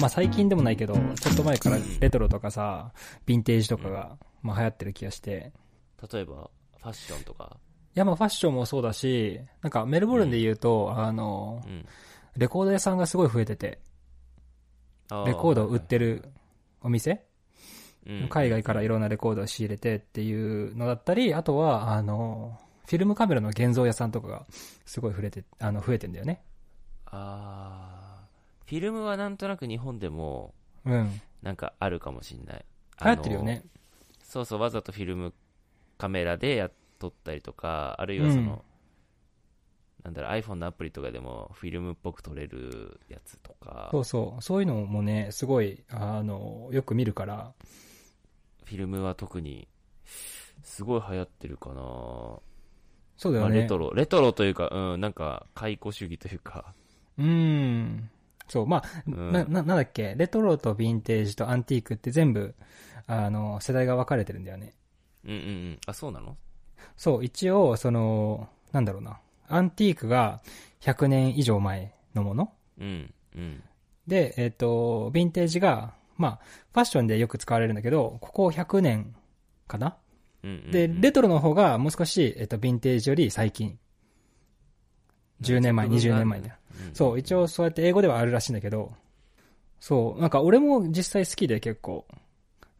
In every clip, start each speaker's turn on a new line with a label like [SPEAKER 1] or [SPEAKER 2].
[SPEAKER 1] まあ最近でもないけど、ちょっと前からレトロとかさ、ヴィンテージとかが、まあ流行ってる気がして。
[SPEAKER 2] 例えば、ファッションとか。
[SPEAKER 1] いや、まあファッションもそうだし、なんかメルボルンで言うと、あの
[SPEAKER 2] う、ん。
[SPEAKER 1] レコード屋さんがすごい増えてて、
[SPEAKER 2] あ
[SPEAKER 1] レコードを売ってるお店
[SPEAKER 2] うん
[SPEAKER 1] 海外からいろんなレコードを仕入れてっていうのだったり、あとは、あの、フィルムカメラの現像屋さんとかがすごい増えて、あの、増えてんだよね。
[SPEAKER 2] あーフィルムはなんとなく日本でも
[SPEAKER 1] うん。
[SPEAKER 2] なんかあるかもしんない
[SPEAKER 1] 流行ってるよね。
[SPEAKER 2] あのそうそうわざとフィルムカメラでやっとったりとかあるいはその、
[SPEAKER 1] うん
[SPEAKER 2] なんだろう iPhone のアプリとかでもフィルムっぽく撮れるやつとか
[SPEAKER 1] そうそう。そういうのもね、すごい、あの、よく見るから、
[SPEAKER 2] フィルムは特にすごい流行ってるかな、
[SPEAKER 1] そうだよ
[SPEAKER 2] まあ、
[SPEAKER 1] ね。
[SPEAKER 2] レトロレトロというか、うん、なんか解雇主義というか
[SPEAKER 1] うん。そう、まあ、
[SPEAKER 2] うん
[SPEAKER 1] な、な、なんだっけ、レトロとヴィンテージとアンティークって全部、あの、世代が分かれてるんだよね。
[SPEAKER 2] うんうんうんあそうなの
[SPEAKER 1] そう、一応、その、なんだろうな。アンティークが100年以上前のもの
[SPEAKER 2] うんうん
[SPEAKER 1] で、えっ、と、ヴィンテージが、まあ、ファッションでよく使われるんだけど、ここ100年かな
[SPEAKER 2] うんうんうん
[SPEAKER 1] で、レトロの方がもう少し、えっ、と、ヴィンテージより最近。10年前、
[SPEAKER 2] なんか
[SPEAKER 1] 20年前だよ。
[SPEAKER 2] うん
[SPEAKER 1] そう、一応そうやって英語ではあるらしいんだけど、そう、なんか俺も実際好きで結構、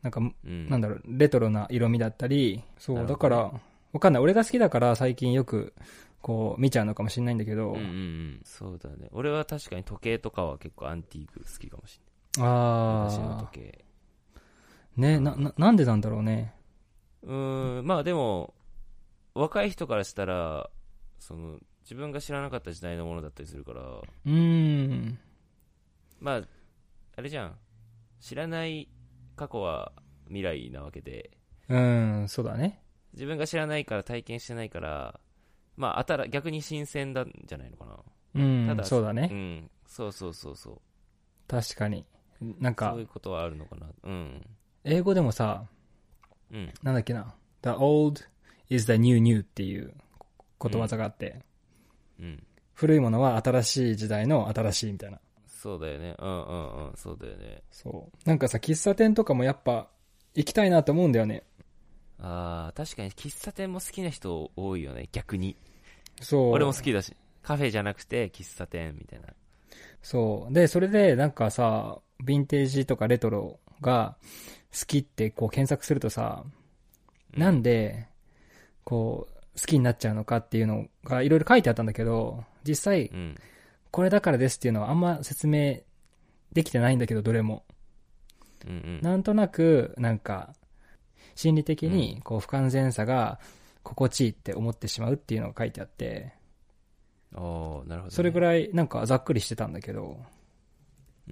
[SPEAKER 1] なんか、
[SPEAKER 2] うん
[SPEAKER 1] なんだろう、レトロな色味だったり、そ
[SPEAKER 2] な
[SPEAKER 1] う、
[SPEAKER 2] る
[SPEAKER 1] だ
[SPEAKER 2] ほ
[SPEAKER 1] か
[SPEAKER 2] ど
[SPEAKER 1] ら、わかんない。俺が好きだから最近よく、こう、見ちゃうのかもしれないんだけど、
[SPEAKER 2] うんうんうん、そうだね俺は確かに時計とかは結構アンティーク好きかもしれない
[SPEAKER 1] あ
[SPEAKER 2] 昔の
[SPEAKER 1] あ
[SPEAKER 2] 時計
[SPEAKER 1] ね、な、な、なんでなんだろうね。
[SPEAKER 2] うーんまあでも若い人からしたらその自分が知らなかった時代のものだったりするから
[SPEAKER 1] うーん。
[SPEAKER 2] まああれじゃん知らない過去は未来なわけで
[SPEAKER 1] うん、そうだね。
[SPEAKER 2] 自分が知らないから体験してないからまああたら逆に新鮮なんじゃないのか
[SPEAKER 1] う
[SPEAKER 2] た
[SPEAKER 1] ん、
[SPEAKER 2] だ
[SPEAKER 1] そうだ
[SPEAKER 2] な
[SPEAKER 1] ね
[SPEAKER 2] う。んそうそうそうそう
[SPEAKER 1] 確かに。なんか
[SPEAKER 2] そうい、うことはあるのかなうん
[SPEAKER 1] 英語でもさ、
[SPEAKER 2] うん
[SPEAKER 1] なんだっけな、the old is the new new っていうことわざがあって、
[SPEAKER 2] うん
[SPEAKER 1] 古いものは新しい時代の新しいみたいな。
[SPEAKER 2] そうだよねうんうんうんそうだよね
[SPEAKER 1] そう。なんかさ、喫茶店とかもやっぱ行きたいなと思うんだよね。
[SPEAKER 2] ああ確かに喫茶店も好きな人多いよね逆に
[SPEAKER 1] そう。
[SPEAKER 2] 俺も好きだしカフェじゃなくて喫茶店みたいな
[SPEAKER 1] そう。で、それでなんかさ、ヴィンテージとかレトロが好きってこう検索するとさ、なんで、こう、好きになっちゃうのかっていうのがいろいろ書いてあったんだけど、実際
[SPEAKER 2] う、ん
[SPEAKER 1] これだからですっていうのはあんま説明できてないんだけど、どれも。
[SPEAKER 2] うんうん
[SPEAKER 1] なんとなく、なんか、心理的に、こう、不完全さが心地いいって思ってしまうっていうのが書いてあって、
[SPEAKER 2] おーなるほど、ね、
[SPEAKER 1] それぐ
[SPEAKER 2] らい
[SPEAKER 1] らい、なんか、ざっくりしてたんだけど、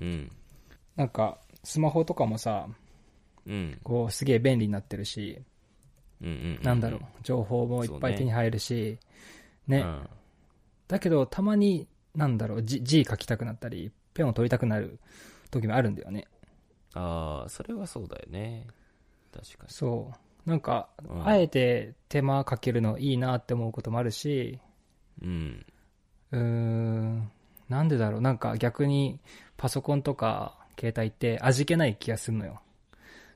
[SPEAKER 2] うん
[SPEAKER 1] なんか、スマホとかもさ、
[SPEAKER 2] うん
[SPEAKER 1] こう、すげえ便利になってるし、
[SPEAKER 2] うんうん
[SPEAKER 1] なんだろう、情報もいっぱい手に入るし、
[SPEAKER 2] うん
[SPEAKER 1] ね。
[SPEAKER 2] うん
[SPEAKER 1] だけど、たまに、なんだろう、字字書きたくなったり、ペンを取りたくなる時もあるんだよね。
[SPEAKER 2] ああそれはそうだよね確か
[SPEAKER 1] そう。なんか、
[SPEAKER 2] うん
[SPEAKER 1] あえて手間かけるのいいなって思うこともあるし、
[SPEAKER 2] にうん
[SPEAKER 1] うーん、なんでだろう。なんか逆にパソコンとか携帯って味気ない気がするのよ。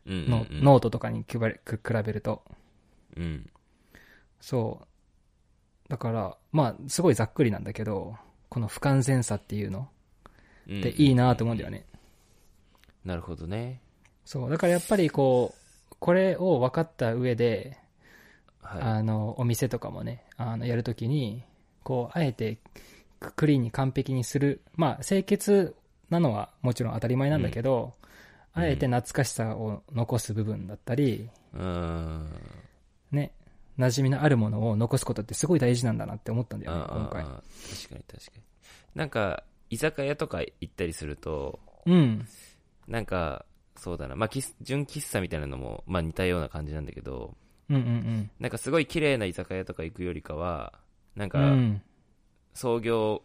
[SPEAKER 2] うんうん
[SPEAKER 1] の
[SPEAKER 2] うん
[SPEAKER 1] ノートとかに比べく比べると。
[SPEAKER 2] うん
[SPEAKER 1] そう。だから、まあ、すごいざっくりなんだけど、この不完全さっていうの
[SPEAKER 2] うん
[SPEAKER 1] っていいなと思うんだよね。
[SPEAKER 2] なるほどね
[SPEAKER 1] そう。だからやっぱりこう、これを分かった上で、
[SPEAKER 2] は
[SPEAKER 1] あの、お店とかもね、あの、やるときに、こう、あえてククリーンに完璧にする。まあ、清潔なのはもちろん当たり前なんだけど、
[SPEAKER 2] うん
[SPEAKER 1] あえて懐かしさを残す部分だったり、
[SPEAKER 2] いうーん
[SPEAKER 1] ね、馴染みのあるものを残すことってすごい大事なんだなって思ったんだよね、
[SPEAKER 2] あー
[SPEAKER 1] 今回。
[SPEAKER 2] あー確かに確かになんか居酒屋とか行ったりすると
[SPEAKER 1] うん。
[SPEAKER 2] なんか、そうだな。まあ、喫純喫茶みたいなのも、まあ、似たような感じなんだけど、
[SPEAKER 1] うんうん
[SPEAKER 2] なんかすごい綺麗な居酒屋とか行くよりかは、なん
[SPEAKER 1] う
[SPEAKER 2] か
[SPEAKER 1] ん。う、ん。
[SPEAKER 2] 創業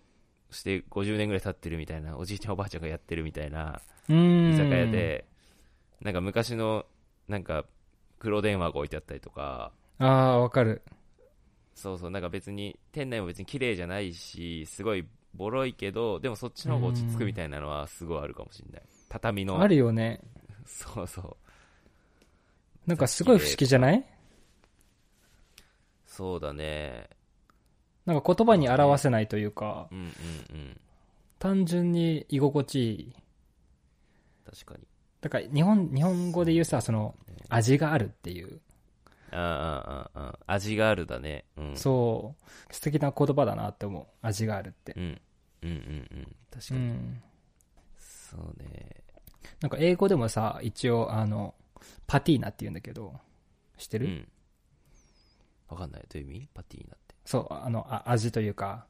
[SPEAKER 2] して50年ぐらい経ってるみたいな、おじいちゃんおばあちゃんがやってるみたいな
[SPEAKER 1] うん。
[SPEAKER 2] 居酒屋。で、なんか昔の、なんか、黒電話が置いてあったりとか、
[SPEAKER 1] ああ、わかる。
[SPEAKER 2] そうそう、なんか別に、店内も別に綺麗じゃないし、すごいボロいけど、でもそっちの方が落ち着くみたいなのはすごいあるかもしれない。畳の
[SPEAKER 1] あるよね。
[SPEAKER 2] そうそう
[SPEAKER 1] なんかすごい不思議じゃない
[SPEAKER 2] そうだね
[SPEAKER 1] なんか言葉に表せないというか、
[SPEAKER 2] うんうんうん
[SPEAKER 1] 単純に居心地いい。
[SPEAKER 2] 確かに
[SPEAKER 1] だから日本、日本語で言うさ、その、味があるっていう。
[SPEAKER 2] ああああああ味があるだねうん
[SPEAKER 1] そう。素敵な言葉だなって思う。味があるって。
[SPEAKER 2] うんうんうんうん確
[SPEAKER 1] う
[SPEAKER 2] かに、
[SPEAKER 1] ん。
[SPEAKER 2] そうね
[SPEAKER 1] なんか英語でもさ、一応、あの、パティーナって言うんだけど、知って
[SPEAKER 2] う
[SPEAKER 1] る、
[SPEAKER 2] んわかんないどういう意味パティーナって
[SPEAKER 1] そう、あの、あ味というか、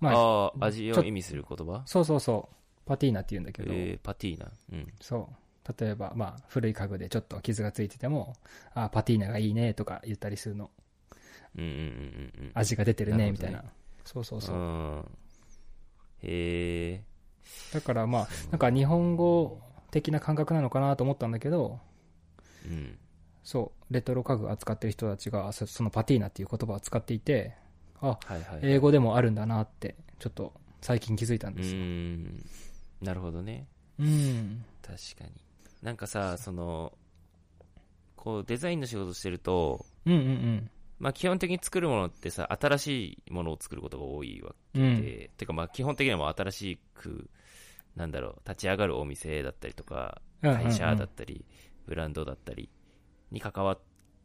[SPEAKER 1] まあ、
[SPEAKER 2] ああ味を意味する言葉
[SPEAKER 1] そうそうそう、パティーナって言うんだけど、
[SPEAKER 2] えー、パティーナうん
[SPEAKER 1] そう。例えば、まあ、古い家具でちょっと傷がついてても、あパティーナがいいねとか言ったりするの。
[SPEAKER 2] うんうんうんうんうん
[SPEAKER 1] 味が出てるね、
[SPEAKER 2] なる
[SPEAKER 1] み
[SPEAKER 2] ほど
[SPEAKER 1] た
[SPEAKER 2] ね
[SPEAKER 1] いな。そうそうそうう。
[SPEAKER 2] んへえ
[SPEAKER 1] だからまあ、なんか日本語的な感覚なのかなと思ったんだけど、
[SPEAKER 2] うん
[SPEAKER 1] そう、レトロ家具扱ってる人たちが、そそのパティーナっていう言葉を使っていて、あ、
[SPEAKER 2] はいはい
[SPEAKER 1] 英語でもあるんだなって、ちょっと最近気づいたん
[SPEAKER 2] う
[SPEAKER 1] ですよ。
[SPEAKER 2] ーんなるほどね
[SPEAKER 1] うん。
[SPEAKER 2] 確かになんかさそのこうデザインの仕事してると
[SPEAKER 1] うんうん
[SPEAKER 2] まあ基本的に作るものってさ新しいものを作ることが多いわ
[SPEAKER 1] うん。う
[SPEAKER 2] け
[SPEAKER 1] ん。
[SPEAKER 2] で、てかまあ基本的にはもう新しくなんだろう立ち上がるお店だったりとか
[SPEAKER 1] うん
[SPEAKER 2] 会社だったり、ブランドだったりに関わっ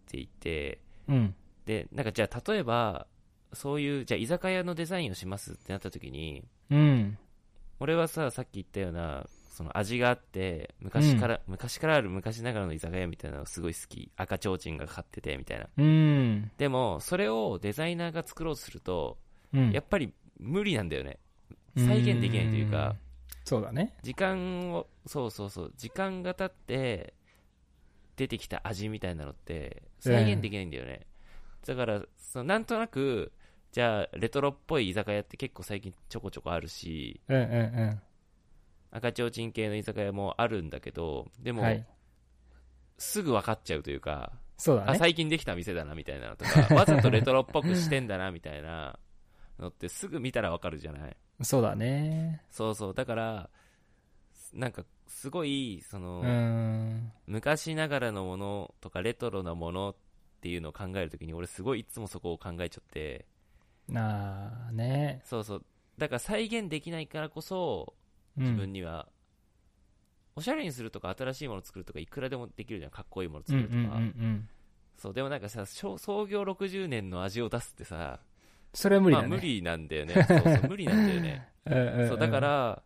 [SPEAKER 2] ていて
[SPEAKER 1] うん。
[SPEAKER 2] でなんかじゃあ例えばそういうじゃあ居酒屋のデザインをしますってなった時に
[SPEAKER 1] うん。
[SPEAKER 2] 俺はささっき言ったようなその味があって昔から、昔からある昔ながらの居酒屋みたいなのすごい好き赤ちょうちんが買っててみたいな
[SPEAKER 1] うん。
[SPEAKER 2] でもそれをデザイナーが作ろうとすると、
[SPEAKER 1] うん
[SPEAKER 2] やっぱり無理なんだよね再現できないというか、
[SPEAKER 1] んそうだね。
[SPEAKER 2] 時間をそうそうそう時間が経って出てきた味みたいなのって再現できないんだよね、だからそのなんとなくじゃあレトロっぽい居酒屋って結構最近ちょこちょこあるし
[SPEAKER 1] うんうん
[SPEAKER 2] 赤ちょうちん系の居酒屋もあるんだけどで
[SPEAKER 1] うん。
[SPEAKER 2] も、
[SPEAKER 1] はい。
[SPEAKER 2] すぐ分かっちゃうというか、
[SPEAKER 1] そうだ
[SPEAKER 2] あ
[SPEAKER 1] ね。
[SPEAKER 2] 最近できた店だなみたいなのと かわざとレトロっぽくしてんだなみたいなのってすぐ見たら分かるじゃない
[SPEAKER 1] そうだね。
[SPEAKER 2] そうそうだからなんかすごいその、
[SPEAKER 1] うん。
[SPEAKER 2] 昔ながらのものとかレトロなものっていうのを考えるときに俺すごいいつもそこを考えちゃって
[SPEAKER 1] なあね。
[SPEAKER 2] そうそうだから再現できないからこそ
[SPEAKER 1] うん
[SPEAKER 2] 自分には、おしゃれにするとか新しいもの作るとかいくらでもできるじゃんかっこいいもの
[SPEAKER 1] うん
[SPEAKER 2] 作るとか、
[SPEAKER 1] うんうんうん。
[SPEAKER 2] そうでもなんかさ創創業60年の味を出すってさ
[SPEAKER 1] それは無理だね。
[SPEAKER 2] まあ、無理なんだよねそうそう無理なんだよね
[SPEAKER 1] うんうんん。
[SPEAKER 2] そうだから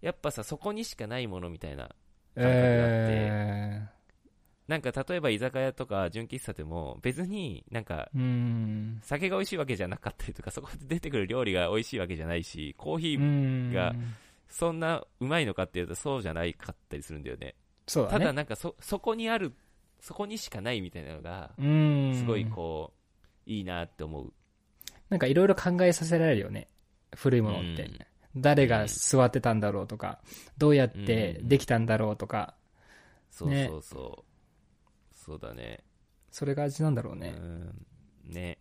[SPEAKER 2] やっぱさそこにしかないものみたいな
[SPEAKER 1] 感覚があって、
[SPEAKER 2] なんか例えば居酒屋とか純喫茶でも別になんか
[SPEAKER 1] うん。
[SPEAKER 2] 酒が美味しいわけじゃなかったりとかそこで出てくる料理が美味しいわけじゃないしコーヒーがそんなうまいのかっていうとそうじゃないかったりするんだよね
[SPEAKER 1] そうだ
[SPEAKER 2] ただ
[SPEAKER 1] ね。
[SPEAKER 2] なんかそそこにあるそこにしかないみたいなのが
[SPEAKER 1] うん。
[SPEAKER 2] すごいこういいなって思う
[SPEAKER 1] なんかいろいろ考えさせられるよね。古いものって。
[SPEAKER 2] うん
[SPEAKER 1] 誰が座ってたんだろうとか、どうやってできたんだろうとか、
[SPEAKER 2] そう
[SPEAKER 1] ね
[SPEAKER 2] そうそう、そうだね
[SPEAKER 1] それが味なんだろう
[SPEAKER 2] う
[SPEAKER 1] ね。
[SPEAKER 2] んね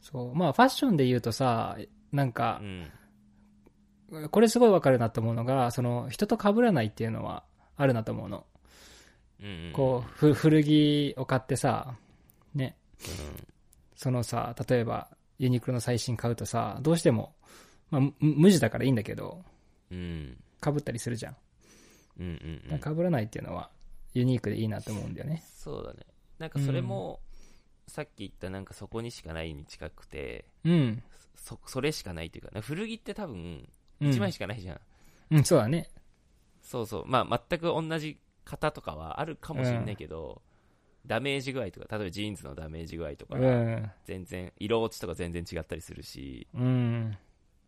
[SPEAKER 1] そう。まあファッションで言うとさ、なん
[SPEAKER 2] う
[SPEAKER 1] か、
[SPEAKER 2] ん
[SPEAKER 1] これすごいわかるなと思うのが、その人と被らないっていうのはあるなと思うの。
[SPEAKER 2] うん
[SPEAKER 1] こう、ふ古着を買ってさ、ね、
[SPEAKER 2] うん
[SPEAKER 1] そのさ、例えばユニクロの最新買うとさ、どうしても、まあ、む無地だからいいんだけど、
[SPEAKER 2] うん
[SPEAKER 1] 被ったりするじゃん。
[SPEAKER 2] うんうんうん
[SPEAKER 1] だから被らないっていうのはユニークでいいなと思うんだよね。
[SPEAKER 2] そうだねなんかそれも、さっき言ったなんかそこにしかないに近くて
[SPEAKER 1] うん。
[SPEAKER 2] そそれしかないというかなんか古着って多分
[SPEAKER 1] うん
[SPEAKER 2] 1枚しかないじゃん、
[SPEAKER 1] うん、そうだね。
[SPEAKER 2] そうそうまあ全く同じ型とかはあるかもしれないけど、ダメージ具合とか例えばジーンズのダメージ具合とか
[SPEAKER 1] うん。
[SPEAKER 2] 全然色落ちとか全然違ったりするし
[SPEAKER 1] うん。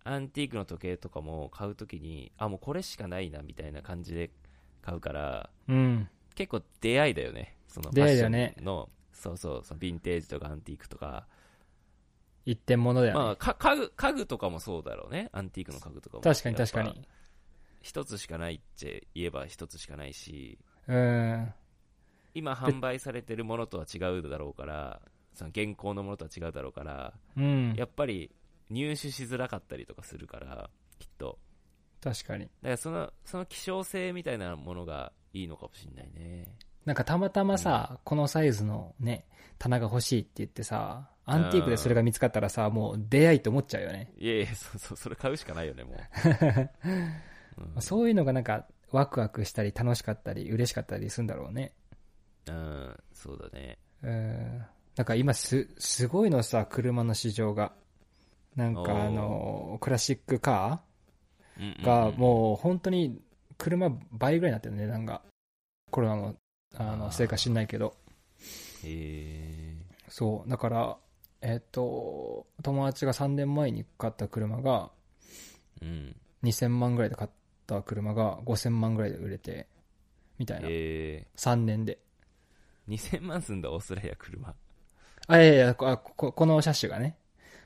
[SPEAKER 2] アンティークの時計とかも買う時にあもうこれしかないなみたいな感じで買うから
[SPEAKER 1] うん。
[SPEAKER 2] 結構出会いだよねその
[SPEAKER 1] 出会いだね
[SPEAKER 2] ファッションのそうそうそのヴィンテージとかアンティークとか、
[SPEAKER 1] 一点物だよね。
[SPEAKER 2] まあ、か家具家具とかもそうだろうねアンティークの家具とかも
[SPEAKER 1] 確かに
[SPEAKER 2] やっぱ
[SPEAKER 1] 確かに。
[SPEAKER 2] 一つしかないって言えば一つしかないし
[SPEAKER 1] うん。
[SPEAKER 2] 今販売されてるものとは違うだろうからその現行のものとは違うだろうから
[SPEAKER 1] うん。
[SPEAKER 2] やっぱり入手しづらかったりとかするからきっと
[SPEAKER 1] 確かに。
[SPEAKER 2] だからそのその希少性みたいなものがいいのかもしれないね
[SPEAKER 1] なんかたまたまさ、このサイズのね、棚が欲しいって言ってさ、アンティークでそれが見つかったらさ、もう出会いと思っちゃうよね。
[SPEAKER 2] いやいやそうそうそれ買うしかないよ ねもう、うん
[SPEAKER 1] そういうのがなんか、ワクワクしたり楽しかったり嬉しかったりするんだろうね。
[SPEAKER 2] うん、そうだね
[SPEAKER 1] うん。なんか今す、すごいのさ、車の市場が。なん
[SPEAKER 2] お
[SPEAKER 1] か
[SPEAKER 2] ー
[SPEAKER 1] あの、クラシックカ
[SPEAKER 2] うんうんうん
[SPEAKER 1] ーがもう本当に車倍ぐらいになってるね、値段が。コロナの、あ
[SPEAKER 2] あ
[SPEAKER 1] の、
[SPEAKER 2] ー
[SPEAKER 1] せいか知んないけど。
[SPEAKER 2] へ
[SPEAKER 1] そう。だから、えっと、友達が3年前に買った車が、
[SPEAKER 2] えうん
[SPEAKER 1] 2000万ぐらいで買った車が5000万ぐらいで売れて、みたいな。
[SPEAKER 2] へえ
[SPEAKER 1] 3年で。
[SPEAKER 2] 2000万すんだオーストラリア車
[SPEAKER 1] あ、いやいや、こあこここの車種がね、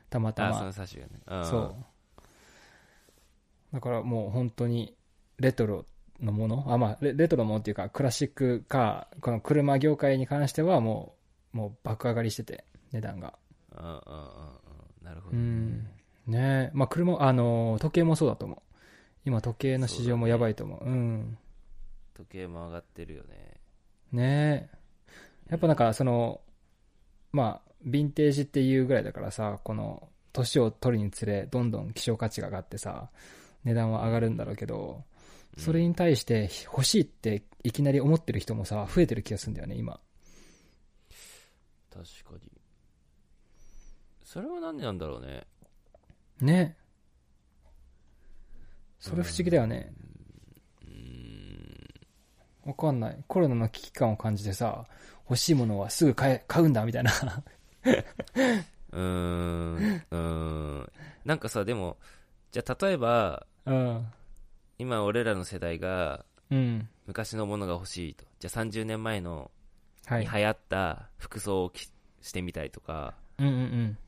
[SPEAKER 1] たまた
[SPEAKER 2] あそ
[SPEAKER 1] ま
[SPEAKER 2] の。差しがねあー
[SPEAKER 1] そう。だからもう本当にレトロのもの、あ、まあレレトロのものっていうかクラシックカー、この車業界に関してはもう、もう爆上がりしてて、値段が。
[SPEAKER 2] うんうんうんうんなるほ
[SPEAKER 1] う
[SPEAKER 2] どね、
[SPEAKER 1] ん。ねえまあ車、あの、時計もそうだと思う。今時計の市場もやばいと思う。うん。
[SPEAKER 2] 時計も上がってるよね
[SPEAKER 1] ねえ。やっぱなんかその、まあ、ヴィンテージっていうぐらいだからさ、この、年を取るにつれ、どんどん希少価値が上がってさ、値段は上がるんだろうけど、それに対して欲しいっていきなり思ってる人もさ、増えてる気がするんだよね、今。
[SPEAKER 2] 確かにそれはなんでなんだろうね
[SPEAKER 1] ね。それ不思議だよね。わかんない。コロナの危機感を感じてさ、欲しいものはすぐ買え、買うんだ、みたいな。
[SPEAKER 2] うーん うーんなんかさでもじゃあ例えば
[SPEAKER 1] うん。
[SPEAKER 2] 今俺らの世代が
[SPEAKER 1] うん。
[SPEAKER 2] 昔のものが欲しいとじゃあ30年前の
[SPEAKER 1] は
[SPEAKER 2] に
[SPEAKER 1] い。
[SPEAKER 2] 流行った服装をきしてみたいとか
[SPEAKER 1] うんうんうん。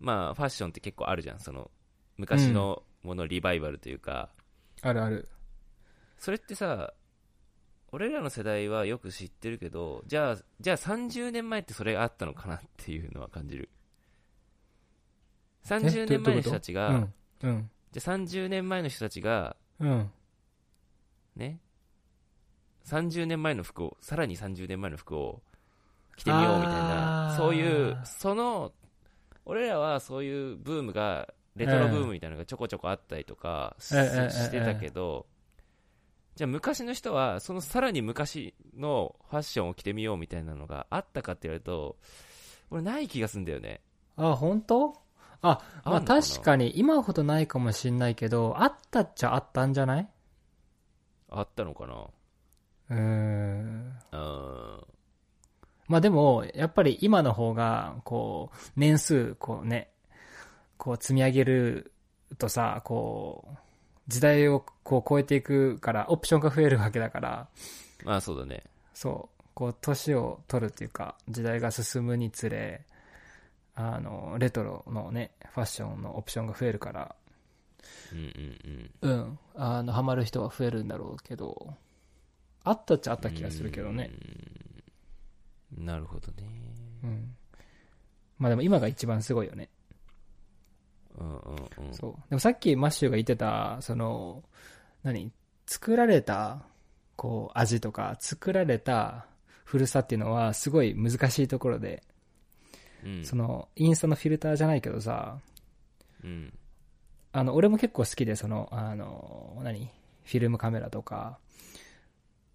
[SPEAKER 2] まあファッションって結構あるじゃんその昔のものリバイバルというか、
[SPEAKER 1] あるある。
[SPEAKER 2] それってさ俺らの世代はよく知ってるけどじゃあじゃあ30年前ってそれがあったのかなっていうのは感じる30年前の人たち
[SPEAKER 1] う
[SPEAKER 2] が、
[SPEAKER 1] ん。うん。
[SPEAKER 2] じゃあ30年前の人たちが
[SPEAKER 1] うん。
[SPEAKER 2] ね30年前の服をさらに30年前の服を着てみようみたいな
[SPEAKER 1] あー
[SPEAKER 2] そういうその俺らはそういうブームがレトロブームみたいなのがちょこちょこあったりとかし,、
[SPEAKER 1] ええええ
[SPEAKER 2] してたけど、じゃあ昔の人はそのさらに昔のファッションを着てみようみたいなのがあったかって言われると俺ない気がするんだよね
[SPEAKER 1] あ、本当あ、ま
[SPEAKER 2] あ
[SPEAKER 1] あ
[SPEAKER 2] んのかな
[SPEAKER 1] 確かに今ほどないかもしんないけど、あったっちゃあったんじゃない
[SPEAKER 2] あったのかな
[SPEAKER 1] うーん。
[SPEAKER 2] うーん
[SPEAKER 1] まあでも、やっぱり今の方が、こう、年数、こうね、こう積み上げるとさ、こう、時代をこう超えていくから、オプションが増えるわけだから、
[SPEAKER 2] まあそうだね
[SPEAKER 1] そう、こう、年を取るっていうか、時代が進むにつれ、あの、レトロのね、ファッションのオプションが増えるから、
[SPEAKER 2] うんうんう
[SPEAKER 1] う
[SPEAKER 2] ん
[SPEAKER 1] ん、あのハマる人は増えるんだろうけどあったっちゃあった気がするけどね
[SPEAKER 2] うんなるほどね
[SPEAKER 1] うん、まあでも今が一番すごいよね、
[SPEAKER 2] うんうんうん
[SPEAKER 1] そうでもさっきマッシュが言ってたその何作られたこう味とか作られた古さっていうのはすごい難しいところで、
[SPEAKER 2] うん
[SPEAKER 1] そのインスタのフィルターじゃないけどさ
[SPEAKER 2] うん
[SPEAKER 1] あの俺も結構好きでそのあの何フィルムカメラとか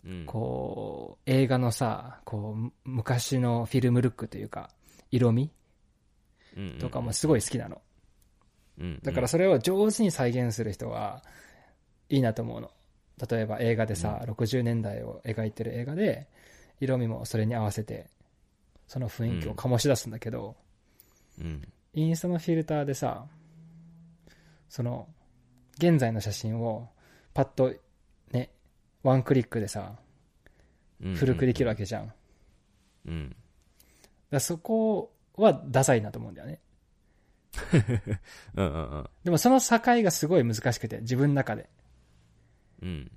[SPEAKER 2] うん
[SPEAKER 1] こう、映画のさ、こう、む昔のフィルムルックというか、色味
[SPEAKER 2] うんうん
[SPEAKER 1] とかもすごい好きなの。
[SPEAKER 2] うんうん
[SPEAKER 1] だからそれを上手に再現する人は、いいなと思うの。例えば映画でさ、60年代を描いてる映画で、色味もそれに合わせて、その雰囲気を醸し出すんだけど、
[SPEAKER 2] うん
[SPEAKER 1] インスタのフィルターでさ、その、現在の写真を、パッと、ね、ワンクリックでさ、
[SPEAKER 2] うん
[SPEAKER 1] 古くできるわけじゃん。
[SPEAKER 2] うん
[SPEAKER 1] だからそこはダサいなと思うんだよね。
[SPEAKER 2] うんうんうん
[SPEAKER 1] でもその境がすごい難しくて、自分の中で。
[SPEAKER 2] うん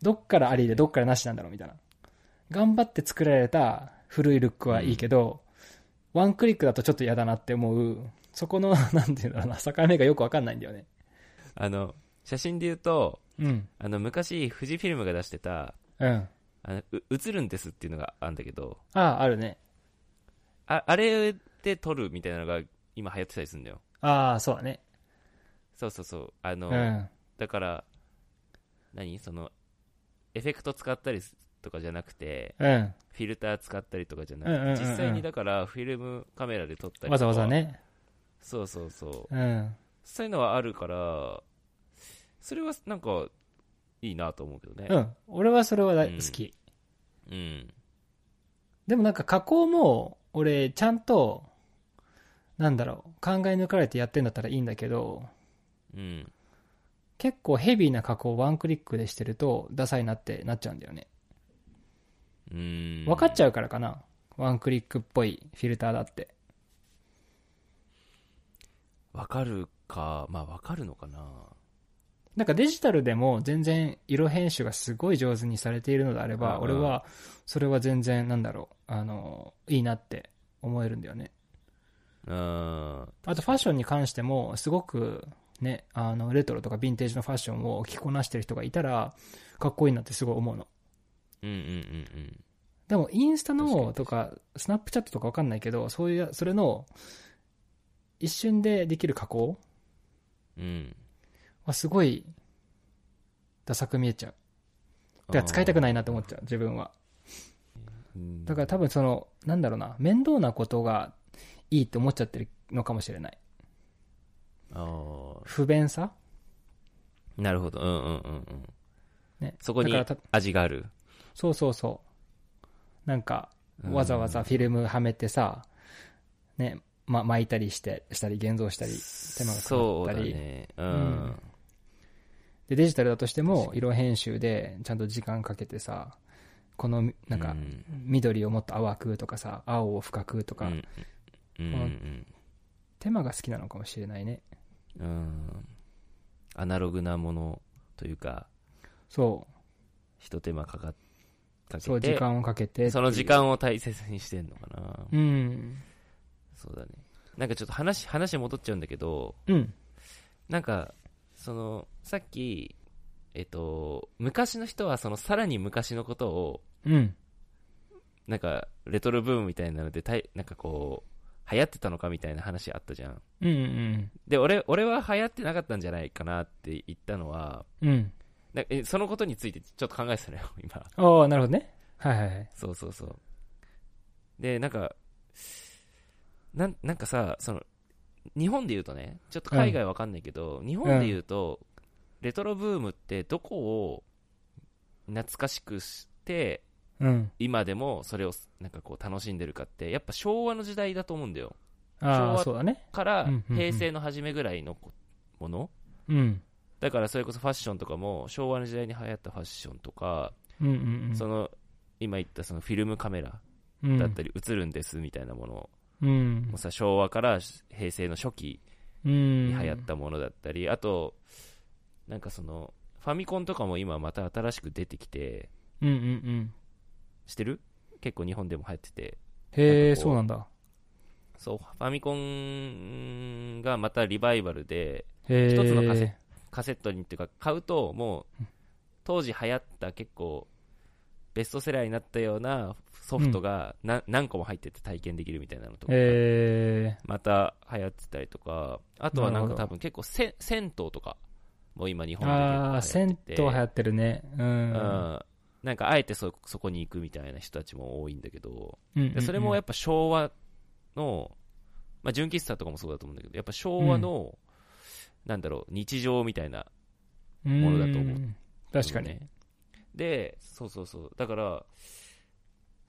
[SPEAKER 1] どっからありでどっからなしなんだろうみたいな。頑張って作られた古いルックはいいけど、ワンクリックだとちょっと 嫌だなって思う、そこの、なんていうんだろうな、境目がよくわかんないんだよね。
[SPEAKER 2] あの写真で言うと、
[SPEAKER 1] うん。
[SPEAKER 2] あの、昔、富士フィルムが出してた、
[SPEAKER 1] うん。
[SPEAKER 2] あの、う映るんですっていうのがあるんだけど、
[SPEAKER 1] ああ、あるね。
[SPEAKER 2] あ、あれで撮るみたいなのが今流行ってたりするんだよ。
[SPEAKER 1] ああ、そうだね。
[SPEAKER 2] そうそうそう。あ
[SPEAKER 1] う
[SPEAKER 2] の、
[SPEAKER 1] ん。
[SPEAKER 2] だから、何その、エフェクト使ったりすとかじゃなくて、
[SPEAKER 1] うん。
[SPEAKER 2] フィルター使ったりとかじゃな
[SPEAKER 1] うんうんうんう
[SPEAKER 2] く
[SPEAKER 1] ん
[SPEAKER 2] て、実際にだからフィルムカメラで撮ったりとか。
[SPEAKER 1] わざわざ。ね。
[SPEAKER 2] そうそうそう。
[SPEAKER 1] うん。
[SPEAKER 2] そういうのはあるから、それはなんか、いいなと思うけどね。
[SPEAKER 1] うん。俺はそれは大好き。
[SPEAKER 2] うん。
[SPEAKER 1] でもなんか加工も、俺、ちゃんと、なんだろう、考え抜かれてやってんだったらいいんだけど、
[SPEAKER 2] うん。
[SPEAKER 1] 結構ヘビーな加工をワンクリックでしてると、ダサいなってなっちゃうんだよね。
[SPEAKER 2] うん。
[SPEAKER 1] 分かっち
[SPEAKER 2] ゃ
[SPEAKER 1] ゃうからかな。ワンクリックっぽいフィルターだって。
[SPEAKER 2] う。わかるか、まあわかるのかな。
[SPEAKER 1] なんかデジタルでも全然色編集がすごい上手にされているのであれば、
[SPEAKER 2] うん
[SPEAKER 1] 俺はそれは全然なんだろう、あの、いいなって思えるんだよね。
[SPEAKER 2] うん。
[SPEAKER 1] あとファッションに関しても、すごくね、あの、レトロとかヴィンテージのファッションを着こなしてる人がいたら、かっこいいなってすごい思うの。
[SPEAKER 2] うんうんうんうん。
[SPEAKER 1] でもインスタ
[SPEAKER 2] 確かに
[SPEAKER 1] のとか、スナップチャットとかわかんないけど、そういう、それの、一瞬でできる加工
[SPEAKER 2] うん。
[SPEAKER 1] はすごい、ダサく見えちゃう。てか使いたくないなって思っちゃう、自分は。
[SPEAKER 2] うん
[SPEAKER 1] だから多分その、なんだろうな、面倒なことがいいって思っちゃってるのかもしれない。
[SPEAKER 2] あ
[SPEAKER 1] 不便さ
[SPEAKER 2] あなるほどうんうんうんうん
[SPEAKER 1] ね。
[SPEAKER 2] そこに
[SPEAKER 1] だからた
[SPEAKER 2] 味がある
[SPEAKER 1] そうそうそう。なんか、
[SPEAKER 2] うん
[SPEAKER 1] わざわざフィルムはめてさ、ね、ま、巻いたりして、したり、現像したり。手間がか
[SPEAKER 2] そう
[SPEAKER 1] か
[SPEAKER 2] だ
[SPEAKER 1] ったり
[SPEAKER 2] ねうん、
[SPEAKER 1] うんで、デジタルだとしても、色編集で、ちゃんと時間かけてさ、この、なん
[SPEAKER 2] う
[SPEAKER 1] か、
[SPEAKER 2] ん
[SPEAKER 1] 緑をもっと淡くとかさ、青を深くと
[SPEAKER 2] う
[SPEAKER 1] か、
[SPEAKER 2] んうんうん
[SPEAKER 1] 手間が好きなのかもしれないね。
[SPEAKER 2] うんうんアナログなものというか
[SPEAKER 1] そ
[SPEAKER 2] ひと手間かかかけて
[SPEAKER 1] う、そう、時間をかけて。
[SPEAKER 2] その時。間を大切にしてんのかな、
[SPEAKER 1] うん。
[SPEAKER 2] そうだねなんかちょっと話話戻っちゃうんだけど
[SPEAKER 1] うん。
[SPEAKER 2] なんかそのさっきえっと昔の人はそのさらに昔のことを
[SPEAKER 1] うん。
[SPEAKER 2] なんか、レトロブームみたいなので、たいなんかこう、流行ってたのかみたいな話あったじゃん。
[SPEAKER 1] うんうん
[SPEAKER 2] で、俺、俺は流行ってなかったんじゃないかなって言ったのは、
[SPEAKER 1] うん。うん。
[SPEAKER 2] なんかえそのことについてちょっと考えてたのよ、 今。
[SPEAKER 1] ああ、なるほどね。はいはいはい。
[SPEAKER 2] そうそうそう。で、なんか、なんなんかさ、その、日本で言うとね、ちょっと海外わかんないけど、日本で言うと、レトロブームってどこを懐かしくして、
[SPEAKER 1] うん。
[SPEAKER 2] 今でもそれをなんかこう楽しんでるかって、やっぱ昭和の時代だと思うんだよ。
[SPEAKER 1] あ
[SPEAKER 2] 昭
[SPEAKER 1] あ、
[SPEAKER 2] 和
[SPEAKER 1] そうだね。
[SPEAKER 2] から
[SPEAKER 1] うんうんうん
[SPEAKER 2] 平成の初めぐらいのこもの、
[SPEAKER 1] うん。
[SPEAKER 2] だからそれこそファッションとかも昭和の時代に流行ったファッションとか、
[SPEAKER 1] うんうんうん。
[SPEAKER 2] その今言ったそのフィルムカメラ
[SPEAKER 1] うん
[SPEAKER 2] だったり映るんですみたいなもの
[SPEAKER 1] うん
[SPEAKER 2] もさ昭和から平成の初期
[SPEAKER 1] うん。
[SPEAKER 2] に流行ったものだったり、あとなんかそのファミコンとかも今また新しく出てきて
[SPEAKER 1] うんうんうん。
[SPEAKER 2] してる結構日本でも流行ってて
[SPEAKER 1] へえ、
[SPEAKER 2] なんかこ
[SPEAKER 1] そ
[SPEAKER 2] う
[SPEAKER 1] うなんだ。
[SPEAKER 2] そうファミコンがまたリバイバルで
[SPEAKER 1] へえ。
[SPEAKER 2] 一つのカセカセットにっていうか買うともう当時流行った結構ベストセラーになったようなソフトがな何個も入ってて体験できるみたいなのとか、
[SPEAKER 1] へえ。
[SPEAKER 2] また流行ってたりとかあとはなん
[SPEAKER 1] なるほ
[SPEAKER 2] か
[SPEAKER 1] ど
[SPEAKER 2] 多分結構せ銭湯とかもう今日本で
[SPEAKER 1] ああ、
[SPEAKER 2] 結構流行
[SPEAKER 1] 銭
[SPEAKER 2] って
[SPEAKER 1] 湯
[SPEAKER 2] て
[SPEAKER 1] 流行ってるね。う。
[SPEAKER 2] うんんなんかあえてそそこに行くみたいな人たちも多いんだけど
[SPEAKER 1] うんうんう
[SPEAKER 2] で
[SPEAKER 1] ん。
[SPEAKER 2] それもやっぱ昭和の、まあ、純喫茶とかもそうだと思うんだけどやっぱ昭和の、なんだろう日常みたいな
[SPEAKER 1] ぱ
[SPEAKER 2] ものだと思う
[SPEAKER 1] 確かに。
[SPEAKER 2] ねでそうそうそうだから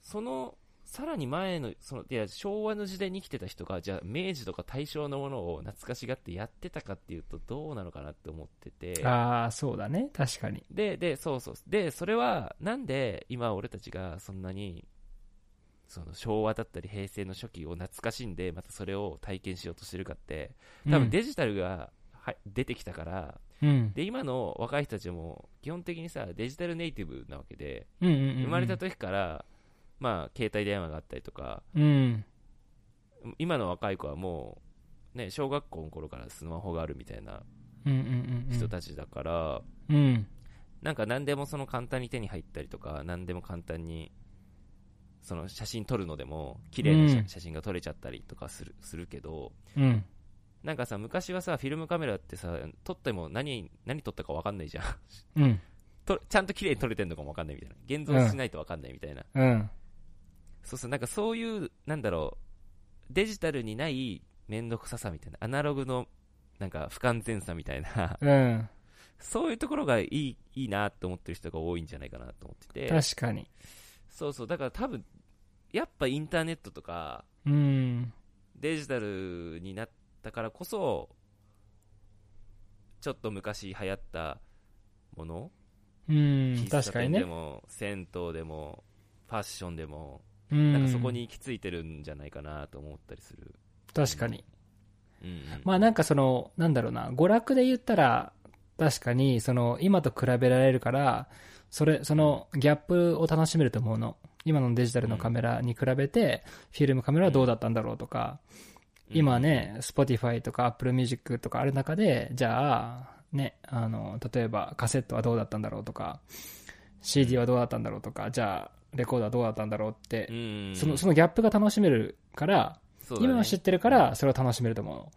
[SPEAKER 2] そのさらに前のそのいや昭和の時代に生きてた人がじゃあ明治とか大正のものを懐かしがってやってたかっていうとどうなのかなって思ってて
[SPEAKER 1] ああ、そうだね。確かに。
[SPEAKER 2] ででそうそうでそれはなんで今俺たちがそんなにその昭和だったり平成の初期を懐かしんでまたそれを体験しようとしてるかって多分デジタルが、は出てきたから
[SPEAKER 1] うん、
[SPEAKER 2] で今の若い人たちも基本的にさデジタルネイティブなわけで
[SPEAKER 1] うんうんうんうん
[SPEAKER 2] 生まれた時から、まあ、携帯電話があったりとか
[SPEAKER 1] うん。
[SPEAKER 2] 今の若い子はもう、ね、小学校の頃からスマホがあるみたいな
[SPEAKER 1] うんうんうん。
[SPEAKER 2] 人たちだから、
[SPEAKER 1] うん。
[SPEAKER 2] なんか何でもその簡単に手に入ったりとか何でも簡単にその写真撮るのでも綺麗な
[SPEAKER 1] うん
[SPEAKER 2] 写写真が撮れちゃったりとかする,、するけど
[SPEAKER 1] うん。
[SPEAKER 2] なんかさ昔はさフィルムカメラってさ撮っても何何撮ったか分かんないじゃん
[SPEAKER 1] うん。
[SPEAKER 2] とちゃんと綺麗に撮れてるのかも分かんないみたいな現像しないと分かんないみたいな、
[SPEAKER 1] うん。
[SPEAKER 2] そうそうなんかそういうなんだろうデジタルにない面倒くささみたいなアナログのなんか不完全さみたいな
[SPEAKER 1] うん。
[SPEAKER 2] そういうところがいいいいなと思ってる人が多いんじゃないかなと思ってて
[SPEAKER 1] 確かに。
[SPEAKER 2] そうそうだから多分やっぱインターネットとか
[SPEAKER 1] うん。
[SPEAKER 2] デジタルになったからこそちょっと昔流行ったもの、
[SPEAKER 1] うん。
[SPEAKER 2] 喫
[SPEAKER 1] 確
[SPEAKER 2] 茶
[SPEAKER 1] かに
[SPEAKER 2] 店で
[SPEAKER 1] ね。
[SPEAKER 2] も、銭湯でもファッションでも、
[SPEAKER 1] うん。
[SPEAKER 2] なんかそこ。に行き着いてるんじゃないかなと思ったりする、
[SPEAKER 1] 確かに。
[SPEAKER 2] うんうん
[SPEAKER 1] まあなんかその、なんだろうな、娯楽で言ったら、確かに、その、今と比べられるから、それ、その、ギャップを楽しめると思うの。今のデジタルのカメラに比べて、フィルムカメラはどうだったんだろうとか、今ね、Spotify とか Apple Music とかある中で、じゃあ、ね、あの、例えばカセットはどうだったんだろうとか、CD はどうだったんだろうとか、じゃあ、レコードはどうだったんだろうって
[SPEAKER 2] う、ん
[SPEAKER 1] その、そのギャップが楽しめるから、
[SPEAKER 2] そうだね
[SPEAKER 1] 今を知ってるから、それを楽しめると思うの。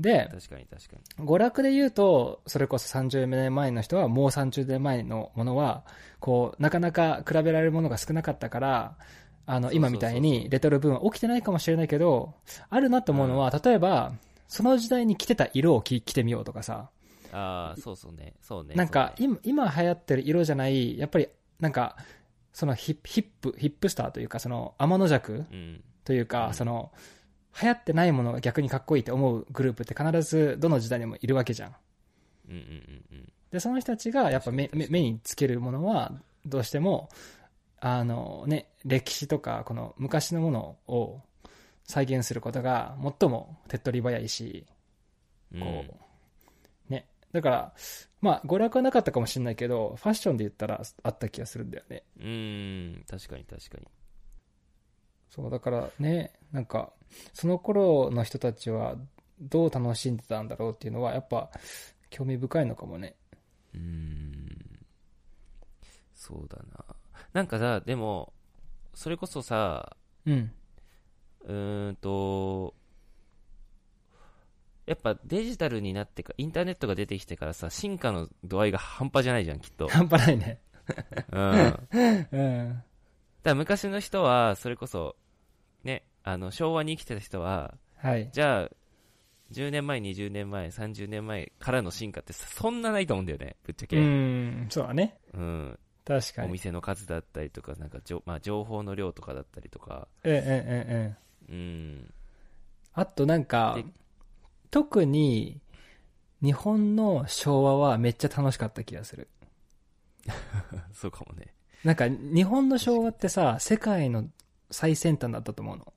[SPEAKER 1] で、
[SPEAKER 2] 確かに確かに
[SPEAKER 1] 娯楽で言うと、それこそ30年前の人は、もう30年前のものは、こう、なかなか比べられるものが少なかったから、あの、
[SPEAKER 2] そうそうそうそう
[SPEAKER 1] 今みたいにレトロブームは起きてないかもしれないけど、あるなと思うのは、例えば、その時代に着てた色を着着てみようとかさ、
[SPEAKER 2] ああそうそうねそうね
[SPEAKER 1] なんか、
[SPEAKER 2] そうね
[SPEAKER 1] 今、今流行ってる色じゃない、やっぱり、なんか、そのヒップ、ヒップ、ヒップスターというか、その、天の弱
[SPEAKER 2] うん
[SPEAKER 1] というか、
[SPEAKER 2] うん
[SPEAKER 1] その、流行ってないものが逆にかっこいいって思うグループって必ずどの時代にもいるわけじゃん。
[SPEAKER 2] うんうんうんうん
[SPEAKER 1] で、その人たちがやっぱ目
[SPEAKER 2] 確かに
[SPEAKER 1] 目目につけるものは、どうしても、あのね、歴史とか、この昔のものを再現することが最も手っ取り早いし、
[SPEAKER 2] うん
[SPEAKER 1] こう、ね。だから、まあ、娯楽はなかったかもしれないけど、ファッションで言ったらあった気がするんだよね。
[SPEAKER 2] うん確かに確かに
[SPEAKER 1] そう、だからね、なんか、その頃の人たちはどう楽しんでたんだろうっていうのは、やっぱ、興味深いのかもね。
[SPEAKER 2] うーんそうだななんかさでもそれこそさ
[SPEAKER 1] うん。
[SPEAKER 2] うーんとやっぱデジタルになってかインターネットが出てきてからさ進化の度合いが半端じゃないじゃんきっ と、
[SPEAKER 1] 半端ないね。
[SPEAKER 2] うん、だか
[SPEAKER 1] うん。
[SPEAKER 2] ら昔の人はそれこそねあの昭和に生きてた人は
[SPEAKER 1] はい。
[SPEAKER 2] じゃあ10年前20年前30年前からの進化ってさそんなないと思うんだよねぶっち
[SPEAKER 1] う
[SPEAKER 2] ゃけ、
[SPEAKER 1] ん、そうだね。
[SPEAKER 2] うん、
[SPEAKER 1] 確か
[SPEAKER 2] お
[SPEAKER 1] に。
[SPEAKER 2] 店の数だったりとか、なんかじょ、まあ、情報の量とかだったりとか、
[SPEAKER 1] うんうんうんうん。
[SPEAKER 2] うん、
[SPEAKER 1] あとなんか
[SPEAKER 2] で、
[SPEAKER 1] 特に日本の昭和はめっちゃ楽しかった気がする。
[SPEAKER 2] そうかもね。
[SPEAKER 1] なんか日本の昭和ってさ、世界の最先端だったと思う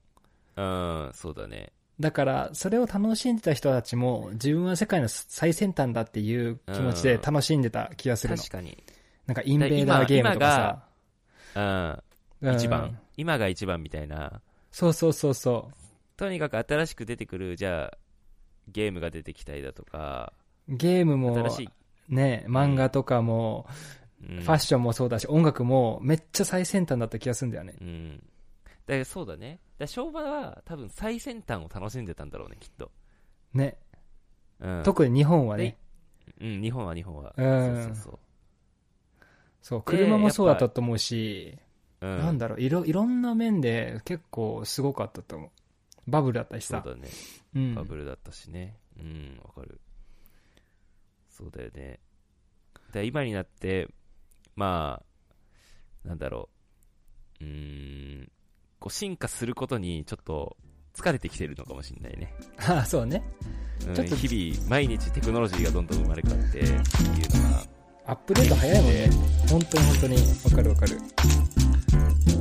[SPEAKER 1] の。
[SPEAKER 2] うん、そうだね。
[SPEAKER 1] だから、それを楽しんでた人たちも、自分は世界の最先端だっていう気持ちで楽しんでた気がするの
[SPEAKER 2] 確。かに。
[SPEAKER 1] なんかインベーダーゲームとかさ。
[SPEAKER 2] うん、
[SPEAKER 1] うん
[SPEAKER 2] 一番、。今が一番みたいな。
[SPEAKER 1] そうそうそうそ
[SPEAKER 2] とにかく新しく出てくる、じゃあ、ゲームが出てきたりだとか、
[SPEAKER 1] う。ゲームも
[SPEAKER 2] 新、しい、
[SPEAKER 1] ね、漫画とかも、
[SPEAKER 2] うん、
[SPEAKER 1] ファッションもそうだし、音楽もめっちゃ最先端だった気がするんだよね。
[SPEAKER 2] うん。だからそうだね。だから昭和は多分最先端を楽しんでたんだろうね、きっと。
[SPEAKER 1] ね。
[SPEAKER 2] うん、
[SPEAKER 1] 特に日本はね。
[SPEAKER 2] うん、日本は日本は。
[SPEAKER 1] うん
[SPEAKER 2] そうそう
[SPEAKER 1] そう、
[SPEAKER 2] で
[SPEAKER 1] 車もそうだったと思うし、
[SPEAKER 2] そう。う
[SPEAKER 1] なんだろう、いろ、いろんな面で結構すごかったと思う。バブルだったし
[SPEAKER 2] そう
[SPEAKER 1] さ。
[SPEAKER 2] だね。
[SPEAKER 1] うん
[SPEAKER 2] バブルだったしね。うん、わかる。そうだよね。で今になって、まあ、なんだろう。うーん、こう進化することにちょっと疲れてきてるのかもしれないね。
[SPEAKER 1] あ そうね。
[SPEAKER 2] うん、
[SPEAKER 1] ちょっと
[SPEAKER 2] 日々、毎日テクノロジーがどんどん生まれ変わってっていうのが。
[SPEAKER 1] アップデート早いもんね。本当に本当に。わかるわかる。
[SPEAKER 2] う